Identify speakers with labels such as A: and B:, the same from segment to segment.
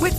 A: With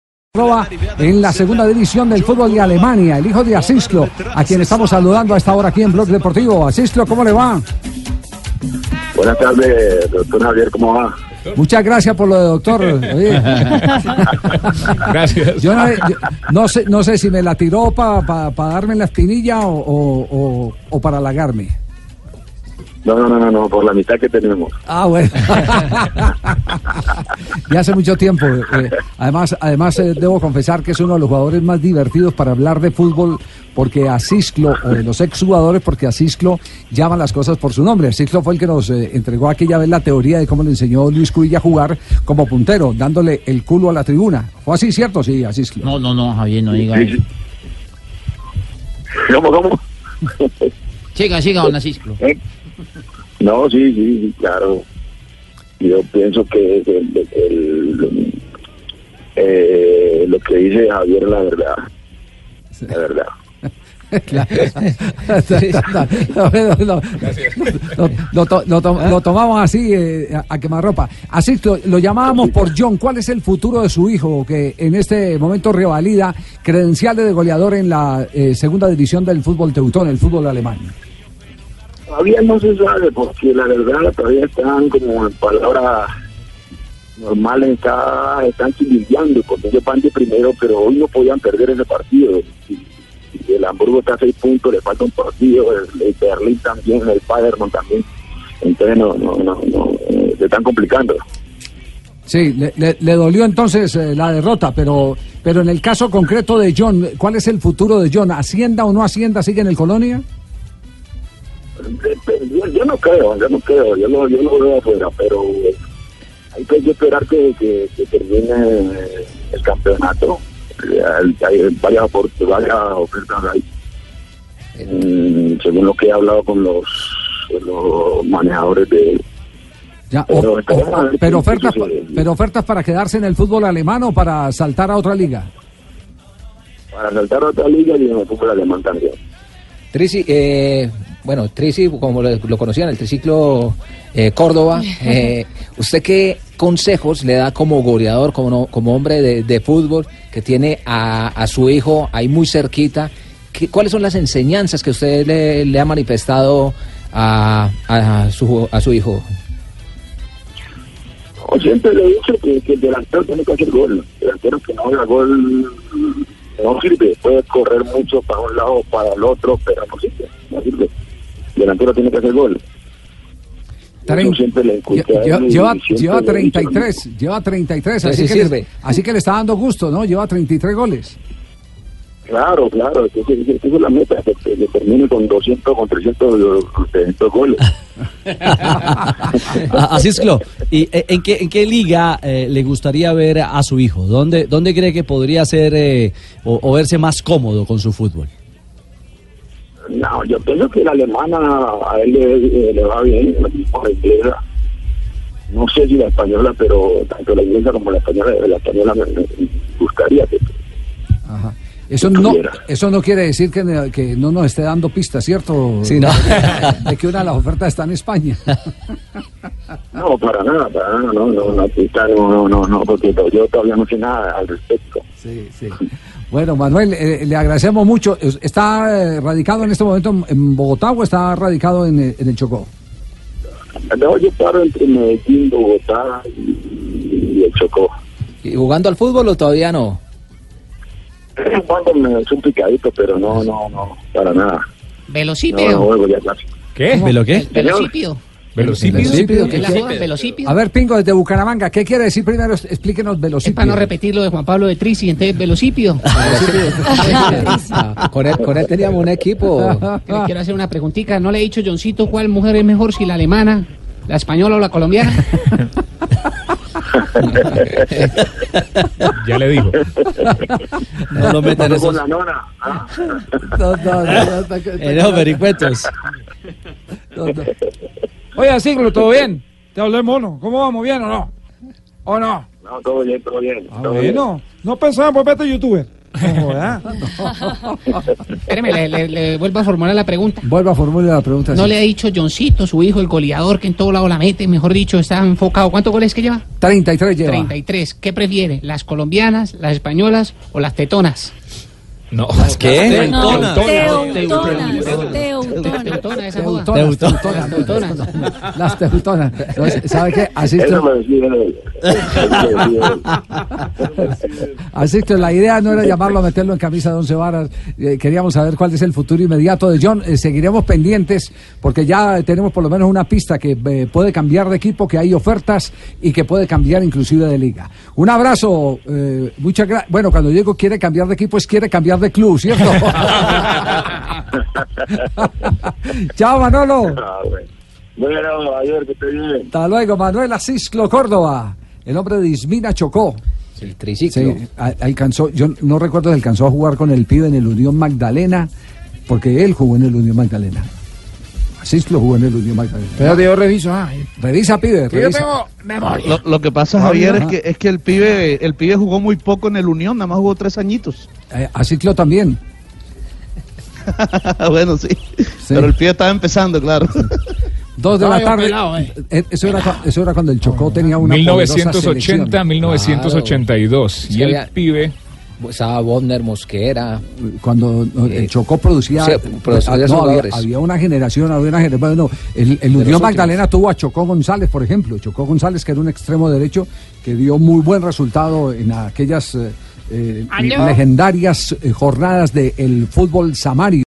B: Roba en la segunda división del fútbol de Alemania, el hijo de Asisclo, a quien estamos saludando a esta hora aquí en Blog Deportivo. Asisclo, ¿cómo le va?
C: Buenas tardes, doctor Javier, ¿cómo va?
B: Muchas gracias por lo de doctor. Oye,
D: Gracias.
B: yo no, yo no sé, no sé si me la tiró para darme la espinilla o, o- o- o para halagarme.
C: No, no, no, no, no, por la mitad que tenemos.
B: Ah, bueno. ya hace mucho tiempo. eh, además, además eh, debo confesar que es uno de los jugadores más divertidos para hablar de fútbol, porque Asisclo, o de los exjugadores, porque Asisclo llama las cosas por su nombre. Asisclo fue el que nos eh, entregó aquella vez la teoría de cómo le enseñó Luis Cuilla a jugar como puntero, dándole el culo a la tribuna. ¿Fue así, cierto? Sí, Asisclo.
E: No, no, no, Javier, no diga eso.
C: ¿Cómo, cómo?
E: Siga, siga, don Asisclo.
C: ¿Eh? No, sí, sí, sí, claro. Yo pienso que es el- el- eh, lo que dice Javier, la verdad. La verdad.
B: No, no, no, no. Lo- lo to- lo to- lo tomamos así eh, a- a quemarropa. Así lo, lo llamábamos por John. ¿Cuál es el futuro de su hijo que en este momento revalida credenciales de goleador en la eh, segunda división del fútbol teutón, el fútbol alemán?
C: Todavía no se sabe, porque la verdad todavía están como en palabras normales, está, están chilingueando, porque ellos van de primero, pero hoy no podían perder ese partido. Y- y El Hamburgo está a seis puntos, le falta un partido, el, el Berlín también, el Paderborn también. Entonces no, no, no, no, eh, se están complicando.
B: Sí, le, le- le dolió entonces eh, la derrota, pero, pero en el caso concreto de John, ¿cuál es el futuro de John? ¿Hacienda o no hacienda sigue en el Colonia?
C: Yo, yo no creo, yo no creo, yo lo, yo lo veo afuera, pero hay que esperar que, que- que termine el campeonato. Hay, hay varias, opor- varias ofertas ahí. Mm, según lo que he hablado con los, con los manejadores de...
B: Ya, o-
C: Pero-
B: o- o- pero, ofertas, pa- pero ofertas para quedarse en el fútbol alemán o para saltar a otra liga.
C: Para saltar a otra liga y en el fútbol alemán también.
F: Trisi, eh, bueno, Trisi, como lo, lo conocían, el triciclo eh, Córdoba, eh, ¿usted qué consejos le da como goleador, como, no- como hombre de, de fútbol que tiene a, a su hijo ahí muy cerquita? ¿Qué- ¿Cuáles son las enseñanzas que usted le, le ha manifestado a, a su, a su hijo?
C: O siempre le he dicho que, que el delantero tiene que hacer gol. El delantero que no haga gol no sirve. Puede correr mucho para un lado o para el otro, pero no sirve. No sirve. El delantero tiene que hacer gol.
B: Trein-
C: Yo siempre le escuché
B: Lle-
C: a
B: lle-
C: él y
B: lleva,
C: siempre
B: lleva
C: le he dicho lo
B: 33, lleva 33,
F: Pero
B: así
F: sí
B: que, le,
F: sirve.
B: así que le está dando gusto, ¿no? Lleva 33 goles.
C: Claro, claro. Entonces, esa- esa es la meta, que, que- que termine con 200, con 300, con 300 goles.
D: Ah, Asisclo, ¿y eh, en qué, en qué liga eh, le gustaría ver a su hijo? ¿Dónde, dónde cree que podría ser eh, o, o verse más cómodo con su fútbol?
C: No, yo pienso que la alemana a él le, eh, le va bien, lo mismo la inglesa. No sé si la española, pero tanto la inglesa como la española, la española me, me gustaría que
B: Ajá. Eso no,
C: Tuviera.
B: eso no quiere decir que, ne- que no nos esté dando pistas, ¿cierto?
F: Sí, no.
B: De que una de las ofertas está en España.
C: No, para nada, para nada, no, no, no, quizá no, no, no, no, porque to- yo todavía no sé nada al respecto.
B: Sí, sí. Bueno, Manuel, eh, le agradecemos mucho. Es- ¿Está eh, radicado en este momento en- en Bogotá o está radicado en, eh, en el Chocó?
C: Andaba yo paro entre Medellín, Bogotá y, y el Chocó.
F: ¿Y ¿Jugando al fútbol o todavía no?
C: De vez en cuando me es un picadito, pero no, no, no, para nada. No, no
E: Velocípio.
C: juego ya casi.
D: ¿Qué? ¿Velo qué?
E: Velocípio.
B: Velocípio,
E: ¿Qué
B: ¿qué
E: la
B: quiere?
E: jodan, Velocípio?
B: A ver, Pingo, desde Bucaramanga, ¿qué quiere decir primero? Es- Explíquenos
E: Es
B: velocipio.
E: para no repetir lo de Juan Pablo de Trisi, entonces Velocípio.
F: Ah, con, él, con él teníamos un equipo.
E: Que Le quiero hacer una preguntita. ¿No le he dicho, Johncito, cuál mujer es mejor, si la alemana, la española o la colombiana?
G: Ya le dijo.
D: No lo metan
C: Pero con
D: esos
C: la nona. ah,
B: No, no, no, no,
D: en esos vericuetos.
B: no, no. Oye, Siglo, ¿todo bien? Te hablé mono. ¿Cómo vamos? ¿Bien o no? ¿O no?
C: no, todo bien, todo bien.
B: Ah,
C: todo bien.
B: bueno. No pensaba en volverte youtuber. ¿eh? No, ¿verdad?
E: Espéreme, le, le- le vuelvo a formular la pregunta.
B: Vuelvo a formular la pregunta.
E: ¿No
B: sí.
E: le ha dicho Johncito, su hijo, el goleador, que en todo lado la mete, mejor dicho, está enfocado? ¿Cuántos goles que lleva?
B: 33 lleva.
E: 33. ¿Qué prefiere? ¿Las colombianas, las españolas o las tetonas?
G: No.
F: ¿Qué?
G: Teutonas.
E: Teutonas,
H: Teutonas, Teutonas.
E: Teutona, esa joda.
B: Teutonas, teutonas,
D: Teutonas.
E: Teutonas.
B: teutonas. Las teutonas. Entonces, ¿Sabe qué?
C: Eso
B: Asisto,
C: me decía él. Eso me decía él.
B: asisto. La idea no era llamarlo a meterlo en camisa de once varas. Eh, queríamos saber cuál es el futuro inmediato de John. Eh, seguiremos pendientes porque ya tenemos por lo menos una pista que eh, puede cambiar de equipo, que hay ofertas y que puede cambiar inclusive de liga. Un abrazo. eh, muchas gracias. Bueno, cuando digo quiere cambiar de equipo es quiere cambiar de club, ¿cierto? Chao, Manolo.
C: Ah, bueno. Bueno, ayer que esté bien.
B: Hasta luego, Manuel Asislo Córdoba. El hombre de Ismina chocó.
F: El
B: Sí,
F: triciclo.
B: a- alcanzó, yo no recuerdo si alcanzó a jugar con el pibe en el Unión Magdalena, porque él jugó en el Unión Magdalena. Asislo jugó en el Unión Magdalena.
E: yo reviso. Ah,
B: Revisa, pibe, revisa.
E: memoria.
I: Lo, lo que pasa,
B: Ah,
I: Javier,
B: ajá.
I: es que, es que el pibe el pibe jugó muy poco en el Unión, nada más jugó tres añitos.
B: Eh, Asislo también.
I: bueno, sí. Pero el pibe estaba empezando, claro.
B: Dos de
E: No,
B: la
E: yo
B: tarde.
E: pelado, eh.
B: Eh, eso, era, cua- eso era cuando el Chocó tenía una poderosa
G: 1980,
B: selección.
G: 1982.
F: Claro.
G: Y el
F: Es que había-
G: pibe.
F: Estaba Bodner, Mosquera.
B: cuando no, el
F: Eh,
B: Chocó producía,
F: sí, producía
B: ah, no, había,
F: jugadores.
B: había una generación, había una generación, bueno, el, el Unión
F: últimos.
B: Magdalena tuvo a Chocó González, por ejemplo, Chocó González que era un extremo derecho que dio muy buen resultado en aquellas eh, eh, legendarias eh, jornadas del fútbol samario.